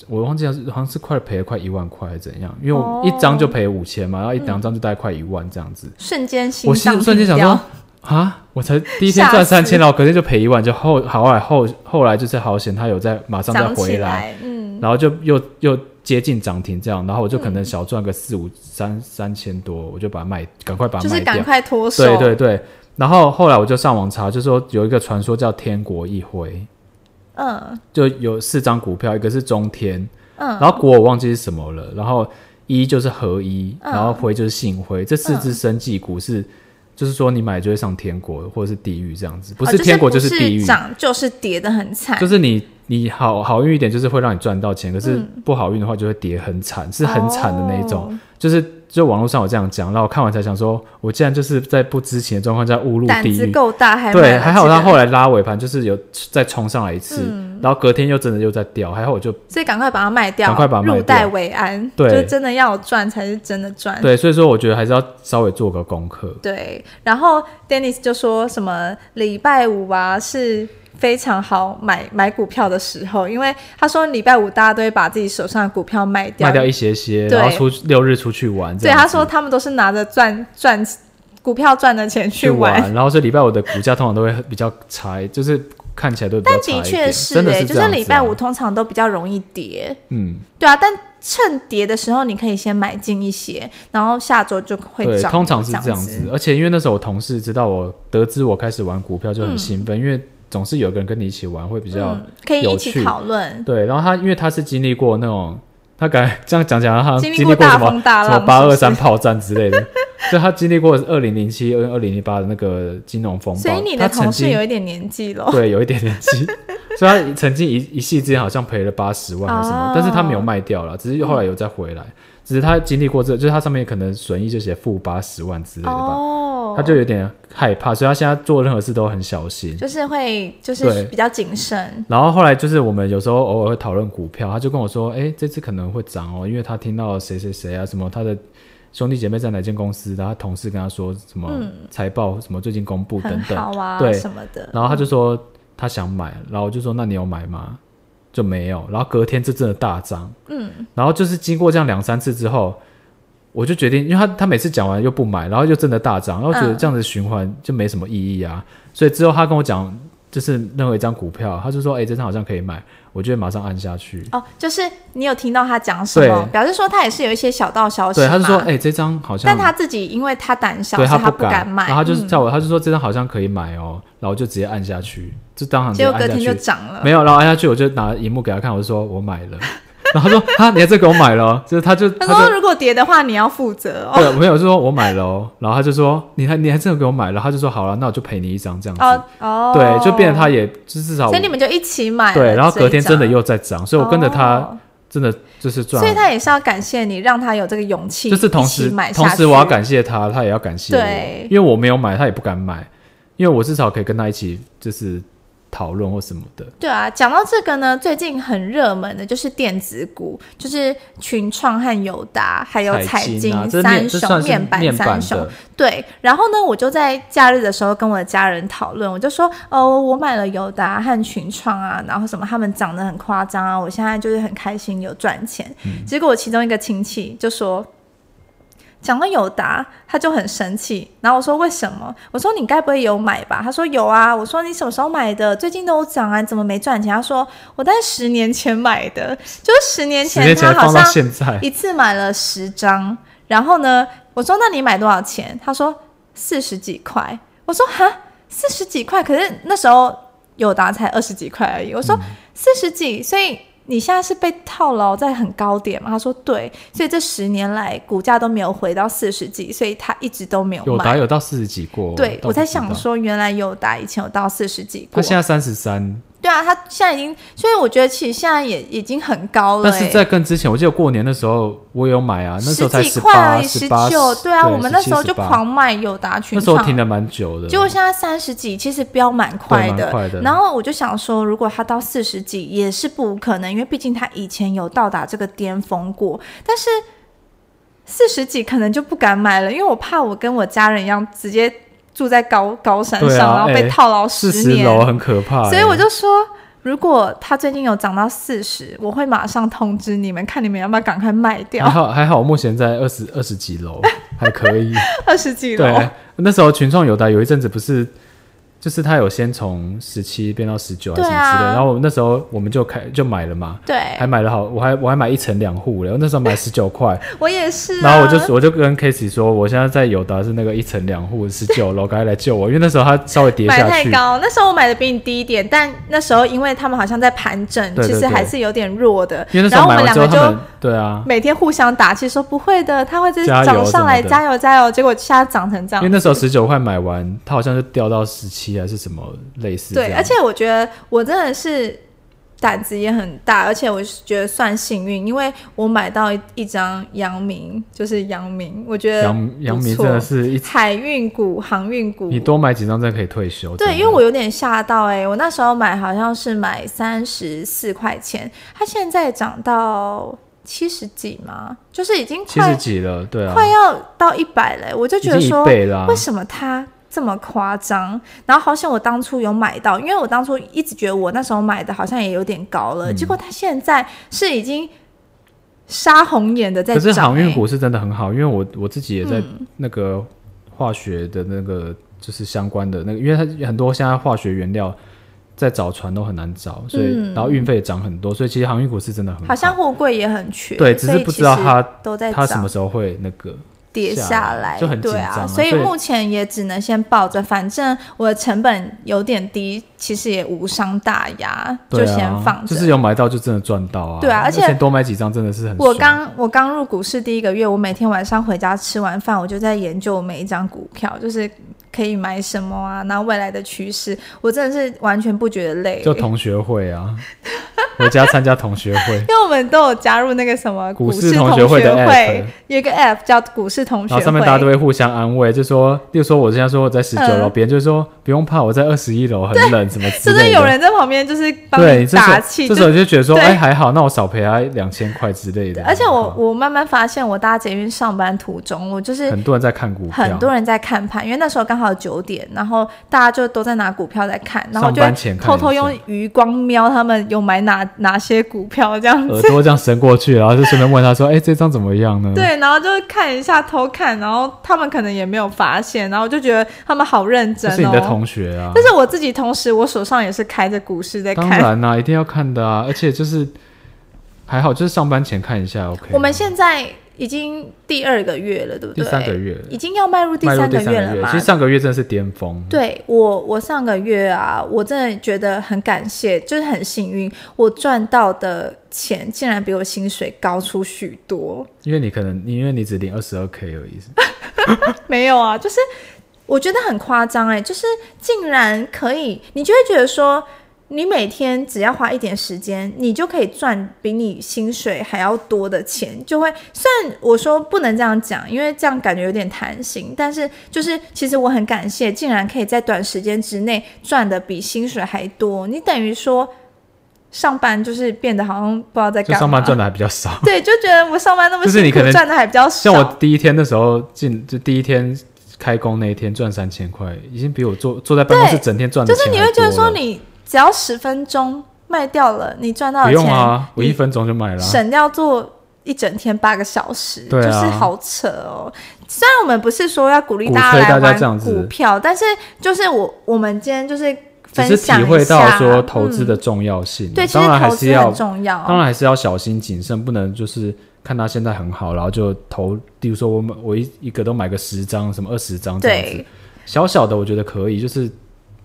Speaker 1: 我忘记了是，好像是快赔了快一万块还是怎样，因为
Speaker 2: 哦
Speaker 1: 我一张就赔五千嘛，然后一两张就大概快一万这样子。
Speaker 2: 瞬间嗯心
Speaker 1: 我心
Speaker 2: 脏
Speaker 1: 瞬间
Speaker 2: 停
Speaker 1: 想
Speaker 2: 掉
Speaker 1: 说，啊，我才第一天
Speaker 2: 吓
Speaker 1: 赚
Speaker 2: 死
Speaker 1: 三千，然后隔天就赔一万，就后好来后后来就是好险，它有在马上再
Speaker 2: 涨起
Speaker 1: 回来。
Speaker 2: 来，嗯，
Speaker 1: 然后就又又接近涨停这样，然后我就可能小赚个四五三三千多，我就把它卖，赶快把它
Speaker 2: 就是
Speaker 1: 卖掉
Speaker 2: 赶。快脱手，
Speaker 1: 对对对，然后后来我就上网查，就说有一个传说叫天国一辉，
Speaker 2: 嗯
Speaker 1: 就有四张股票，一个是中天，
Speaker 2: 嗯，
Speaker 1: 然后国我忘记是什么了，然后一就是合一，
Speaker 2: 嗯
Speaker 1: 然后辉就是信辉，这四只生技股是。就是说，你买就会上天国或者是地狱这样子，不
Speaker 2: 哦
Speaker 1: 是天国
Speaker 2: 就
Speaker 1: 就是地狱，
Speaker 2: 不涨就是跌的很惨，
Speaker 1: 就是你你好好运一点，就是会让你赚到钱，可是
Speaker 2: 嗯
Speaker 1: 不好运的话就会跌很惨，是很惨的那一种。
Speaker 2: 哦
Speaker 1: 就是就网络上有这样讲，然后我看完才想说，我竟然就是在不知情的状况下误入
Speaker 2: 胆
Speaker 1: 地
Speaker 2: 子
Speaker 1: 狱。
Speaker 2: 够大，还买
Speaker 1: 对，
Speaker 2: 了
Speaker 1: 还好
Speaker 2: 这
Speaker 1: 他
Speaker 2: 个嗯
Speaker 1: 后来拉尾盘，就是有再冲上来一次，然后隔天又真的又在掉，还好我就
Speaker 2: 所以赶快把它卖掉，
Speaker 1: 赶快把它卖掉
Speaker 2: 入袋为安，
Speaker 1: 对
Speaker 2: 就真的要有赚才是真的赚，
Speaker 1: 对，所以说我觉得还是要稍微做个功课。
Speaker 2: 对然后 Dennis 就说什么礼拜五啊是。非常好买买股票的时候，因为他说礼拜五大家都会把自己手上的股票卖掉，
Speaker 1: 卖掉一些些，
Speaker 2: 对
Speaker 1: 然后出六日出去玩这
Speaker 2: 对，
Speaker 1: 样子。
Speaker 2: 他说他们都是拿着赚赚股票赚的钱
Speaker 1: 去
Speaker 2: 去玩。
Speaker 1: 然后所以礼拜五的股价通常都会比较差，就是看起来都比较
Speaker 2: 但
Speaker 1: 差一
Speaker 2: 的
Speaker 1: 点。
Speaker 2: 确是、
Speaker 1: 真的
Speaker 2: 欸，
Speaker 1: 是这
Speaker 2: 就是
Speaker 1: 样
Speaker 2: 礼
Speaker 1: 子啊
Speaker 2: 拜五，通常都比较容易跌，
Speaker 1: 嗯，
Speaker 2: 对啊。但趁跌的时候，你可以先买进一些，然后下周就会
Speaker 1: 对，
Speaker 2: 涨。
Speaker 1: 通常是
Speaker 2: 这
Speaker 1: 这样子。。而且因为那时候我同事知道我得知我开始玩股票就很兴奋，因为总是有个人跟你一起玩会比较、
Speaker 2: 嗯，可以一
Speaker 1: 有
Speaker 2: 起
Speaker 1: 趣
Speaker 2: 讨论。
Speaker 1: 对。然后他因为他是经历过那种，他感觉这样讲起来，他好像
Speaker 2: 经历
Speaker 1: 经
Speaker 2: 过
Speaker 1: 历嗯过
Speaker 2: 大
Speaker 1: 什么
Speaker 2: 风大浪
Speaker 1: 什么八
Speaker 2: 是不
Speaker 1: 二
Speaker 2: 是
Speaker 1: 三炮战之类的，就他经历过二零零七、二零零八的那个金融风暴，
Speaker 2: 所以你的
Speaker 1: 他曾
Speaker 2: 同事
Speaker 1: 经
Speaker 2: 有一点年纪咯。
Speaker 1: 对，有一点年纪， 所以他曾经一一系之间好像赔了八十万还是什么，但是他
Speaker 2: 哦
Speaker 1: 没有卖掉了，只是
Speaker 2: 嗯
Speaker 1: 后来有再回来，只是他经历过这，就是他上面可能损益就写负八十万之类的吧，
Speaker 2: 哦，
Speaker 1: 他就有点害怕，所以他现在做任何事都很小心。
Speaker 2: 就是会就是
Speaker 1: 对
Speaker 2: 比较谨慎。
Speaker 1: 然后后来就是我们有时候偶尔会讨论股票，他就跟我说：“哎，这次可能会涨哦，因为他听到谁谁谁啊，什么他的兄弟姐妹在哪间公司，然后他同事跟他说什么财报什么最近公布等
Speaker 2: 很
Speaker 1: 等。
Speaker 2: 好啊，
Speaker 1: 对
Speaker 2: 什么的，
Speaker 1: 然后他就说他想买，然后我就说那你有买吗？就没有。然后隔天这真的大涨，嗯，然后就是经过这样两三次之后，我就决定，因为他他每次讲完又不买，然后又真的大涨，然后觉得
Speaker 2: 嗯
Speaker 1: 这样子循环就没什么意义啊。所以之后他跟我讲，就是任何一张股票，他就说，哎、这张好像可以买，我就会马上按下去。
Speaker 2: 哦，就是你有听到他讲什么，
Speaker 1: 对
Speaker 2: 表示说他也是有一些小道消息
Speaker 1: 对，他就说，
Speaker 2: 嘛
Speaker 1: 哎、这张好像，
Speaker 2: 哦但他自己因为他胆小，所
Speaker 1: 对
Speaker 2: 以
Speaker 1: 他
Speaker 2: 他
Speaker 1: 不敢，
Speaker 2: 买，
Speaker 1: 然后他就是
Speaker 2: 嗯
Speaker 1: 叫我，他就说这张好像可以买哦，然后我就直接按下去，就当场直接
Speaker 2: 结果
Speaker 1: 按
Speaker 2: 隔
Speaker 1: 下
Speaker 2: 天就
Speaker 1: 去。
Speaker 2: 涨了。
Speaker 1: 没有，然后按下去我就拿荧幕给他看，我就说我买了，然后他说啊，你还真给我买了哦，就是他就
Speaker 2: 他
Speaker 1: 他
Speaker 2: 说
Speaker 1: 就
Speaker 2: 如果跌的话，你要负 责哦。
Speaker 1: 对，没有就说我买了哦，然后他就说你还你还真的给我买了，他就说好了，那我就赔你一张这样子，
Speaker 2: 哦哦，
Speaker 1: 对，就变成他，也就至少
Speaker 2: 所以你们就一起买了这一
Speaker 1: 对，
Speaker 2: 张。
Speaker 1: 然后隔天真的又在涨，所以我跟着他
Speaker 2: 哦
Speaker 1: 真的就是赚
Speaker 2: 所以，他也是要感谢你，让他有这个勇气，
Speaker 1: 就是同时
Speaker 2: 买下
Speaker 1: 同
Speaker 2: 去。
Speaker 1: 时我要感谢他，他也要感谢
Speaker 2: 对
Speaker 1: 我，因为我没有买，他也不敢买，因为我至少可以跟他一起就是讨论或什么的，
Speaker 2: 对啊，讲到这个呢，最近很热门的就是电子股，就是群创和友达，还有彩
Speaker 1: 金啊，这是
Speaker 2: 三
Speaker 1: 面这算
Speaker 2: 雄
Speaker 1: 是面
Speaker 2: 板三
Speaker 1: 板
Speaker 2: 雄
Speaker 1: 的。，
Speaker 2: 对，然后呢，我就在假日的时候跟我的家人讨论，我就说，哦，我买了友达和群创啊，然后什么他们涨得很夸张啊，我现在就是很开心有赚钱。
Speaker 1: 嗯
Speaker 2: 结果我其中一个亲戚就说。讲到友达，他就很生气。然后我说为什么？我说你该不会有买吧？他说有啊。我说你什么时候买的？最近都有涨啊，你怎么没赚钱？他说我在十年前买的，就是十年
Speaker 1: 十
Speaker 2: 前
Speaker 1: 年前
Speaker 2: 他好
Speaker 1: 放到
Speaker 2: 像
Speaker 1: 现在，
Speaker 2: 一次买了十张，然后呢，我说那你买多少钱？他说四十几块。我说哈，四十几块，可是那时候友达才二十几块而已。我
Speaker 1: 嗯
Speaker 2: 说四十几，所以你现在是被套牢在很高点吗？他说对，所以这十年来股价都没有回到四十几，所以他一直都没有
Speaker 1: 有
Speaker 2: 买。
Speaker 1: 达有到四十几过，
Speaker 2: 对，
Speaker 1: 倒
Speaker 2: 我
Speaker 1: 不
Speaker 2: 在
Speaker 1: 知
Speaker 2: 想
Speaker 1: 道，
Speaker 2: 说，原来友达以前有到四十几
Speaker 1: 他
Speaker 2: 过，
Speaker 1: 现在三十三，
Speaker 2: 对啊，他现在已经，所以我觉得其实现在也已经很高了、欸。
Speaker 1: 但是在更之前，我记得过年的时候我有买啊，那时候才
Speaker 2: 十几块而
Speaker 1: 八、
Speaker 2: 已，十
Speaker 1: 十八
Speaker 2: 九，，对啊，我们那时候就
Speaker 1: 18
Speaker 2: 狂卖友达群
Speaker 1: 那时候
Speaker 2: 创，
Speaker 1: 停了蛮久的，
Speaker 2: 结果现在三十几，其实飙蛮快
Speaker 1: 对
Speaker 2: 的。
Speaker 1: 蛮快的
Speaker 2: 然后我就想说，如果它到四十几也是不无可能，因为毕竟它以前有到达这个巅峰过，但是。四十几可能就不敢买了，因为我怕我跟我家人一样，直接住在高高山
Speaker 1: 对
Speaker 2: 上，
Speaker 1: 啊
Speaker 2: 然后被
Speaker 1: 哎
Speaker 2: 套牢
Speaker 1: 四
Speaker 2: 十
Speaker 1: 十
Speaker 2: 年。
Speaker 1: 楼很可怕欸，
Speaker 2: 所以我就说，如果它最近有涨到四十，我会马上通知你们，看你们要不要赶快卖
Speaker 1: 还
Speaker 2: 掉
Speaker 1: 好还好，我目前在二十二十几楼，还可以。
Speaker 2: 二十几楼。
Speaker 1: 对，那时候群创友达有一阵子不是，就是他有先从十七变到十九还是什么之类
Speaker 2: 对啊
Speaker 1: 的，然后我那时候我们就开就买了嘛，
Speaker 2: 对
Speaker 1: 还，买了好，我还我还买一层两户嘞，我那时候买十九块，
Speaker 2: 我也是、啊。
Speaker 1: 然后我就我就跟 Casey 说，我现在在友达是那个一层两户十九楼，赶快来救我，因为那时候它稍微跌
Speaker 2: 买
Speaker 1: 下
Speaker 2: 太
Speaker 1: 去，
Speaker 2: 高，那时候我买的比你低一点，但那时候因为他们好像在盘整，
Speaker 1: 对对
Speaker 2: 其实
Speaker 1: 对
Speaker 2: 还是有点弱的。
Speaker 1: 因为那时
Speaker 2: 然
Speaker 1: 候
Speaker 2: 后
Speaker 1: 买
Speaker 2: 我们
Speaker 1: 完
Speaker 2: 两
Speaker 1: 之
Speaker 2: 个
Speaker 1: 后他
Speaker 2: 就
Speaker 1: 们对啊，
Speaker 2: 每天互相打气说不会的，它会自己
Speaker 1: 加油
Speaker 2: 涨上来，
Speaker 1: 什么的
Speaker 2: 加油加油！结果现在涨成这
Speaker 1: 因为
Speaker 2: 样。
Speaker 1: 那时候十九块买完，它好像就掉到十七还是什么类似这样，
Speaker 2: 对，而且我觉得我真的是。胆子也很大，而且我是觉得算幸运，因为我买到一一张阳明，就是阳明，我觉得
Speaker 1: 杨杨
Speaker 2: 不
Speaker 1: 明
Speaker 2: 错
Speaker 1: 真的是一，
Speaker 2: 海运股、航运股，
Speaker 1: 你多买几张真的可以退休，
Speaker 2: 对，
Speaker 1: 真的
Speaker 2: 因为我有点吓到哎、我那时候买好像是买三十四块钱，它现在涨到七十几嘛，就是已经
Speaker 1: 七十
Speaker 2: 快
Speaker 1: 几了，对啊，
Speaker 2: 快要到一百了欸、我就
Speaker 1: 已
Speaker 2: 觉得
Speaker 1: 经一
Speaker 2: 说，
Speaker 1: 倍啊啦
Speaker 2: 为，什么它这么夸张？然后好像我当初有买到，因为我当初一直觉得我那时候买的好像也有点高
Speaker 1: 嗯
Speaker 2: 了，结果它现在是已经杀红眼的在
Speaker 1: 可
Speaker 2: 涨、欸。嗯
Speaker 1: 是航运股是真的很好，因为我我自己也在那个化学的那个就是相关的那个，因为它很多现在化学原料在找船都很难找，所以、
Speaker 2: 嗯
Speaker 1: 然后运费也涨很多，所以其实航运股是真的很
Speaker 2: 好像货柜也很缺，
Speaker 1: 对只是
Speaker 2: 所以
Speaker 1: 不
Speaker 2: 其
Speaker 1: 知道
Speaker 2: 实
Speaker 1: 它
Speaker 2: 都在
Speaker 1: 它什
Speaker 2: 涨
Speaker 1: 么时候会那个
Speaker 2: 跌下
Speaker 1: 下
Speaker 2: 来，
Speaker 1: 来就很紧
Speaker 2: 对
Speaker 1: 张
Speaker 2: 啊，
Speaker 1: 啊
Speaker 2: 所以
Speaker 1: 所以
Speaker 2: 目前也只能先抱着，反正我的成本有点低，其实也无伤大雅，
Speaker 1: 对
Speaker 2: 就先
Speaker 1: 啊
Speaker 2: 放，着。
Speaker 1: 就是有买到就真的赚到啊，
Speaker 2: 对啊而
Speaker 1: 而
Speaker 2: 且
Speaker 1: 多买几张真的是很
Speaker 2: 我
Speaker 1: 爽
Speaker 2: 刚我刚入股市第一个月，我每天晚上回家吃完饭，我就在研究每一张股票，就是可以买什么啊，然后未来的趋势，我真的是完全不觉得累。
Speaker 1: 就同学会啊， 回家参加同学 会。
Speaker 2: 因为我们都有加入那个什么
Speaker 1: 股
Speaker 2: 市
Speaker 1: 市同
Speaker 2: 学
Speaker 1: 学会的 app
Speaker 2: 有一个 app 叫股市同学
Speaker 1: 然后
Speaker 2: 会，
Speaker 1: 上面大家都会互相安慰，就说，例如说我现在说我在十九
Speaker 2: 嗯
Speaker 1: 楼，别人就说不用怕，我在二十一楼很冷，什么之
Speaker 2: 就
Speaker 1: 类的。
Speaker 2: 是有人在旁边就是帮
Speaker 1: 对，
Speaker 2: 你
Speaker 1: 这时候
Speaker 2: 打气，
Speaker 1: 这
Speaker 2: 就
Speaker 1: 时候你就觉得说，
Speaker 2: 对
Speaker 1: 哎，还好，那我少赔他两千块之类的。
Speaker 2: 而且我
Speaker 1: 好
Speaker 2: 我慢慢发现，我搭捷运上班途中，我就是
Speaker 1: 很多人在看股票，
Speaker 2: 很多人在看盘，因为那时候刚好九点，然后大家就都在拿股票在看，然后
Speaker 1: 上
Speaker 2: 就会
Speaker 1: 班前看
Speaker 2: 偷
Speaker 1: 一
Speaker 2: 偷
Speaker 1: 下
Speaker 2: 用余光瞄他们有买哪哪哪些股票这样
Speaker 1: 耳
Speaker 2: 子。
Speaker 1: 朵这样伸过去，然后就顺便问他说：“哎、这张怎么样呢？”，
Speaker 2: 对，然后就看一下偷看，然后他们可能也没有发现，然后我就觉得他们好认真
Speaker 1: 这
Speaker 2: 哦。
Speaker 1: 是你的同学啊。
Speaker 2: 但是我自己同时我手上也是开着股市在
Speaker 1: 当
Speaker 2: 看。
Speaker 1: 然啦、一定要看的啊，而且就是还好，就是上班前看一下 OK。
Speaker 2: 我们现在已经第二个月了，对不
Speaker 1: 第
Speaker 2: 对？
Speaker 1: 三个月，
Speaker 2: 已经要迈入第
Speaker 1: 迈入
Speaker 2: 三
Speaker 1: 第
Speaker 2: 个
Speaker 1: 三
Speaker 2: 月
Speaker 1: 个
Speaker 2: 了
Speaker 1: 月，
Speaker 2: 嘛
Speaker 1: 其实？上个月真的是巅峰。
Speaker 2: 对我，我上个月啊，我真的觉得很感谢，就是很幸运，我赚到的钱竟然比我薪水高出许多。
Speaker 1: 因为你可能，因为你只领二十二 k 而已，
Speaker 2: 没有啊，就是我觉得很夸张哎，就是竟然可以，你就会觉得说，你每天只要花一点时间，你就可以赚比你薪水还要多的钱，就会。虽然我说不能这样讲，因为这样感觉有点贪心，但是就是其实我很感谢，竟然可以在短时间之内赚的比薪水还多，你等于说。上班就是变得好像不知道在
Speaker 1: 就
Speaker 2: 干嘛，
Speaker 1: 上班赚的还比较少。
Speaker 2: 对，就觉得我上班那么
Speaker 1: 就是你
Speaker 2: 辛
Speaker 1: 可
Speaker 2: 苦，
Speaker 1: 能
Speaker 2: 赚的还比较少。
Speaker 1: 像我第一天的时候进，就第一天开工那一天赚三千块，已经比我坐坐在办公室
Speaker 2: 对
Speaker 1: 整天赚的
Speaker 2: 就
Speaker 1: 钱
Speaker 2: 是你
Speaker 1: 还
Speaker 2: 会觉得
Speaker 1: 多了
Speaker 2: 说，你只要十分钟卖掉了，你赚到
Speaker 1: 不
Speaker 2: 的
Speaker 1: 用
Speaker 2: 钱，
Speaker 1: 啊，我
Speaker 2: 你
Speaker 1: 一分钟就买了啊。
Speaker 2: 省掉做一整天八个小时，
Speaker 1: 对啊
Speaker 2: 就是好扯哦。虽然我们不是说要鼓励
Speaker 1: 鼓
Speaker 2: 大
Speaker 1: 吹
Speaker 2: 家来
Speaker 1: 大家这样
Speaker 2: 玩
Speaker 1: 子
Speaker 2: 股票，但是就是我我们今天就是
Speaker 1: 只
Speaker 2: 分
Speaker 1: 是
Speaker 2: 享
Speaker 1: 体
Speaker 2: 一
Speaker 1: 会到
Speaker 2: 下
Speaker 1: 说投资的
Speaker 2: 嗯
Speaker 1: 重要性啊、
Speaker 2: 对，其
Speaker 1: 当然
Speaker 2: 实
Speaker 1: 还
Speaker 2: 投
Speaker 1: 是
Speaker 2: 资
Speaker 1: 要
Speaker 2: 很，重要，
Speaker 1: 当然还是要小心谨慎，不能就是看他现在很好，然后就投，比如说我买我一一个都买个十张，什么二十张这样子
Speaker 2: 对，，
Speaker 1: 小小的我觉得可以，就是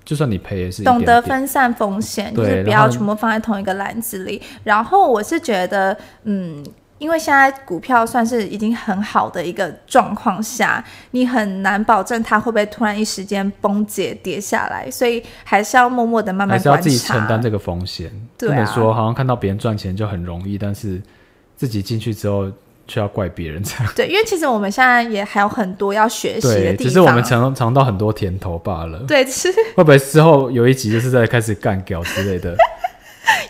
Speaker 1: 就算你赔也是一点
Speaker 2: 懂得
Speaker 1: 点
Speaker 2: 分散风险，就
Speaker 1: 对
Speaker 2: 是不
Speaker 1: 然
Speaker 2: 要
Speaker 1: 后
Speaker 2: 全部放在同一个篮子里。然后我是觉得，嗯，因为现在股票算是已经很好的一个状况下，你很难保证它会不会突然一时间崩解跌下来，所以还是要默默的慢慢
Speaker 1: 还是要
Speaker 2: 观
Speaker 1: 自己承担
Speaker 2: 察。
Speaker 1: 这个风险，
Speaker 2: 对
Speaker 1: 不
Speaker 2: 啊
Speaker 1: 能说好像看到别人赚钱就很容易，但是自己进去之后却要怪别人这 样。
Speaker 2: 对，因为其实我们现在也还有很多要学习的
Speaker 1: 对，
Speaker 2: 地方。
Speaker 1: 只是我们尝尝到很多甜头罢了。
Speaker 2: 对，其实
Speaker 1: 会不会之后有一集就是在开始干屌之类 的？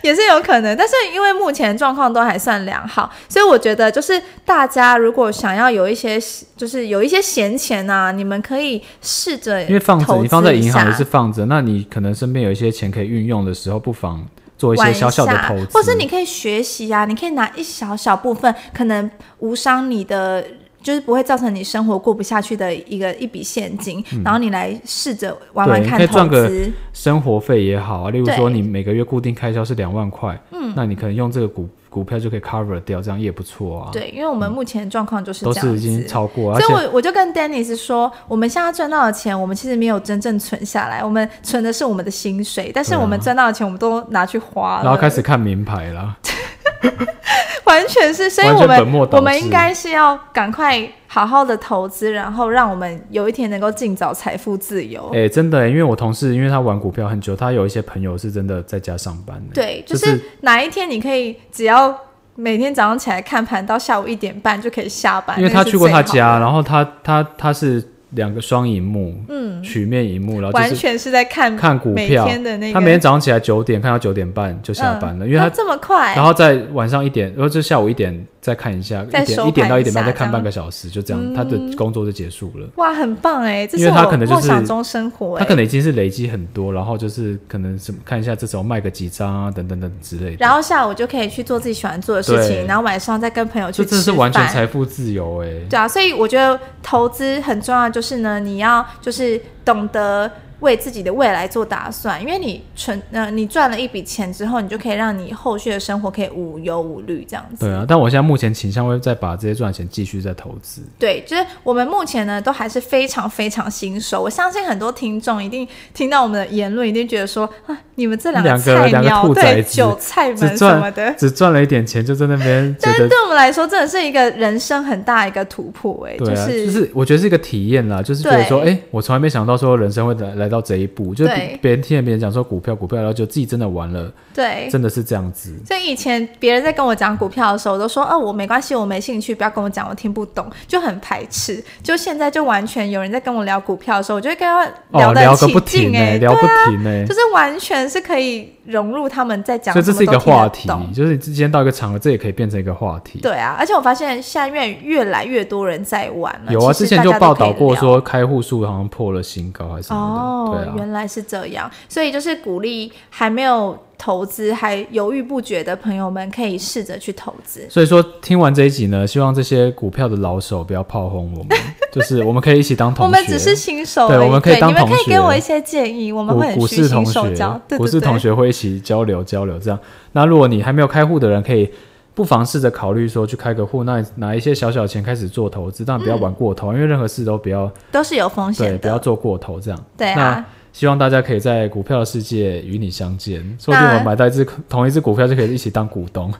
Speaker 2: 也是有可能，但是因为目前状况都还算良好，所以我觉得就是大家如果想要有一些就是有一些闲钱啊，你们可以试着
Speaker 1: 因为放
Speaker 2: 投
Speaker 1: 着，
Speaker 2: 资
Speaker 1: 你放在银行也
Speaker 2: 一下
Speaker 1: 是放着，那你可能身边有一些钱可以运用的时候，不妨做一
Speaker 2: 玩
Speaker 1: 些小小的
Speaker 2: 下
Speaker 1: 投资，
Speaker 2: 或是你可以学习啊，你可以拿一小小部分，可能无伤你的。就是不会造成你生活过不下去的一个一笔现金，然后你来试着玩
Speaker 1: 嗯
Speaker 2: 玩
Speaker 1: 对
Speaker 2: 看
Speaker 1: 你可以
Speaker 2: 投
Speaker 1: 赚个
Speaker 2: 资，
Speaker 1: 生活费也好啊，例如
Speaker 2: 对
Speaker 1: 说你每个月固定开销是两万块，嗯，那你可能用这个股股票就可以 cover 掉，这样也不错啊。，
Speaker 2: 对，因为我们目前状况就是这
Speaker 1: 都
Speaker 2: 样
Speaker 1: 是
Speaker 2: 子，
Speaker 1: 已经超过，而
Speaker 2: 所以
Speaker 1: 且
Speaker 2: 我我就跟 Dennis 说，我们现在赚到的钱，我们其实没有真正存下来，我们存的是我们的薪水，但是
Speaker 1: 对啊
Speaker 2: 我们赚到的钱，我们都拿去花了，
Speaker 1: 然后开始看名牌啦，
Speaker 2: 完全是，所以
Speaker 1: 完全
Speaker 2: 我们
Speaker 1: 本末倒
Speaker 2: 我
Speaker 1: 置
Speaker 2: 们应该是要赶快好好的投资，然后让我们有一天能够尽早财富自由。
Speaker 1: 哎、真的、欸，因为我同事，因为他玩股票很久，他有一些朋友是真的在家上班的、
Speaker 2: 对，就
Speaker 1: 就是
Speaker 2: 哪一天你可以只要每天早上起来看盘，到下午一点半就可以下班，
Speaker 1: 因为他去过他家，
Speaker 2: 后
Speaker 1: 然后他他他是两个双荧幕，嗯，曲面荧幕，然后
Speaker 2: 完
Speaker 1: 就是
Speaker 2: 全是在看
Speaker 1: 看股
Speaker 2: 每
Speaker 1: 票。
Speaker 2: 天的那个，
Speaker 1: 他每天早上起来九点看到九点半就下班了，
Speaker 2: 嗯
Speaker 1: 因为
Speaker 2: 那
Speaker 1: 他
Speaker 2: 这么快，
Speaker 1: 然后在晚上一点，然后就下午一点再看一下，
Speaker 2: 再
Speaker 1: 一点
Speaker 2: 收
Speaker 1: 一点
Speaker 2: 盘
Speaker 1: 到
Speaker 2: 一
Speaker 1: 一点半
Speaker 2: 下
Speaker 1: 再
Speaker 2: 这
Speaker 1: 看半
Speaker 2: 样
Speaker 1: 个小时，就这样，
Speaker 2: 嗯
Speaker 1: 他的工作就结束了。
Speaker 2: 哇，很棒哎，这
Speaker 1: 因
Speaker 2: 是
Speaker 1: 为他
Speaker 2: 我
Speaker 1: 可能就
Speaker 2: 梦
Speaker 1: 是
Speaker 2: 想中生活
Speaker 1: 他
Speaker 2: 哎。
Speaker 1: 可能已经是累积很多，然后就是可能什么看一下这时候卖个几张啊，等等等之类的。
Speaker 2: 然后下午就可以去做自己喜欢做的事情，
Speaker 1: 对
Speaker 2: 然后晚上再跟朋友去
Speaker 1: 这
Speaker 2: 吃
Speaker 1: 真的是完全
Speaker 2: 饭
Speaker 1: 财富自由哎、欸。
Speaker 2: 对啊，所以我觉得投资很重要，就是呢，你要就是懂得为自己的未来做打算，因为你存呃你赚了一笔钱之后，你就可以让你后续的生活可以无忧无虑这样子。
Speaker 1: 对啊，但我现在目前倾向会再把这些赚钱继续再投资。
Speaker 2: 对，就是我们目前呢都还是非常非常新手，我相信很多听众一定听到我们的言论，一定觉得说啊，你们这两
Speaker 1: 两个
Speaker 2: 菜
Speaker 1: 两个
Speaker 2: 鸟
Speaker 1: 兔崽
Speaker 2: 对
Speaker 1: 子
Speaker 2: 韭菜们
Speaker 1: 只
Speaker 2: 什么
Speaker 1: 赚
Speaker 2: 的。
Speaker 1: 只赚了一点钱，就在那边觉
Speaker 2: 但是
Speaker 1: 得
Speaker 2: 对我们来说，真的是一个人生很大一个突破、哎、
Speaker 1: 对啊，
Speaker 2: 是、
Speaker 1: 就是我觉得是一个体验啦，就是觉得说，
Speaker 2: 对
Speaker 1: 哎，我从来没想到说人生会来来到这一步，就是
Speaker 2: 对
Speaker 1: 别人听了别人讲说股票股票，然后就自己真的玩了，
Speaker 2: 对，
Speaker 1: 真的是这样子。
Speaker 2: 所以以前别人在跟我讲股票的时候，我都说，哦，我没关系，我没兴趣，不要跟我讲，我听不懂，就很排斥。就现在就完全有人在跟我聊股票的时候，我就会跟他
Speaker 1: 哦，
Speaker 2: 得
Speaker 1: 聊
Speaker 2: 很
Speaker 1: 个
Speaker 2: 起
Speaker 1: 不停
Speaker 2: 劲、
Speaker 1: 欸
Speaker 2: 哎、
Speaker 1: 聊不停哎、
Speaker 2: 就是完全是可以融入他们在讲
Speaker 1: 所
Speaker 2: 什
Speaker 1: 以这
Speaker 2: 么都
Speaker 1: 是
Speaker 2: 听
Speaker 1: 一个
Speaker 2: 得懂，
Speaker 1: 话题，就是今天到一个场合，这也可以变成一个话题。
Speaker 2: 对啊，而且我发现现在越越来越多人在玩了。
Speaker 1: 有啊，
Speaker 2: 其
Speaker 1: 之
Speaker 2: 实
Speaker 1: 前就
Speaker 2: 大家
Speaker 1: 报
Speaker 2: 都可以
Speaker 1: 道过
Speaker 2: 聊
Speaker 1: 说开户数好像破了新高还是什么的。
Speaker 2: 哦，
Speaker 1: 对啊
Speaker 2: 原来是这样，所以就是鼓励还没有投资还犹豫不决的朋友们，可以试着去投资。
Speaker 1: 所以说，听完这一集呢，希望这些股票的老手不要炮轰我们， 就是我们可以一起当同
Speaker 2: 我
Speaker 1: 学。
Speaker 2: 们只是新手而已，
Speaker 1: 对我们可以当
Speaker 2: 你们可
Speaker 1: 同
Speaker 2: 以
Speaker 1: 学
Speaker 2: 给我一些建议，我们
Speaker 1: 股
Speaker 2: 会很
Speaker 1: 股
Speaker 2: 虚
Speaker 1: 市同
Speaker 2: 心受
Speaker 1: 学
Speaker 2: 教。对，
Speaker 1: 股
Speaker 2: 对
Speaker 1: 市同
Speaker 2: 对，
Speaker 1: 学会一起交流交流这样。那如果你还没有开户的人，可以不妨试着考虑说去开个户，那拿一些小小钱开始做投资，但不要玩过头，因为任何事都不要
Speaker 2: 都是有风
Speaker 1: 对，
Speaker 2: 嗯险
Speaker 1: 不要
Speaker 2: 的。
Speaker 1: 做过头这样。
Speaker 2: 对
Speaker 1: 那
Speaker 2: 啊，
Speaker 1: 希望大家可以在股票的世界与你相见，说不定
Speaker 2: 那
Speaker 1: 我们买到一只同一只股票就可以一起当股东，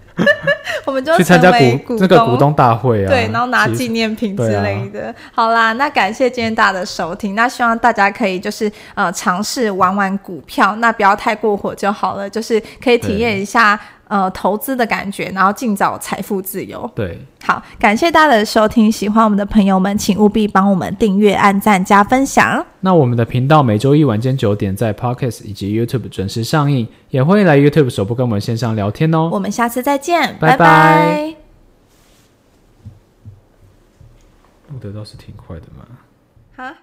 Speaker 2: 我们就
Speaker 1: 去参加
Speaker 2: 成为
Speaker 1: 那个股东大会啊，
Speaker 2: 对，然后拿
Speaker 1: 其实
Speaker 2: 纪念品之
Speaker 1: 对啊
Speaker 2: 类的。好啦，那感谢今天大家的收听，那希望大家可以就是呃尝试玩玩股票，那不要太过火就好了，就是可以体验一下呃投资的感觉，然后尽早财富自由。
Speaker 1: 对。
Speaker 2: 好，感谢大家的收听，喜欢我们的朋友们，请务必帮我们订阅、按赞、加分享。
Speaker 1: 那我们的频道每周一晚间九点在 Podcast 以及 YouTube 准时上映，也欢迎来 YouTube 首播跟我们线上聊天哦。
Speaker 2: 我们下次再见，
Speaker 1: 拜拜
Speaker 2: 拜拜
Speaker 1: 录得倒是挺快的嘛。
Speaker 2: 好。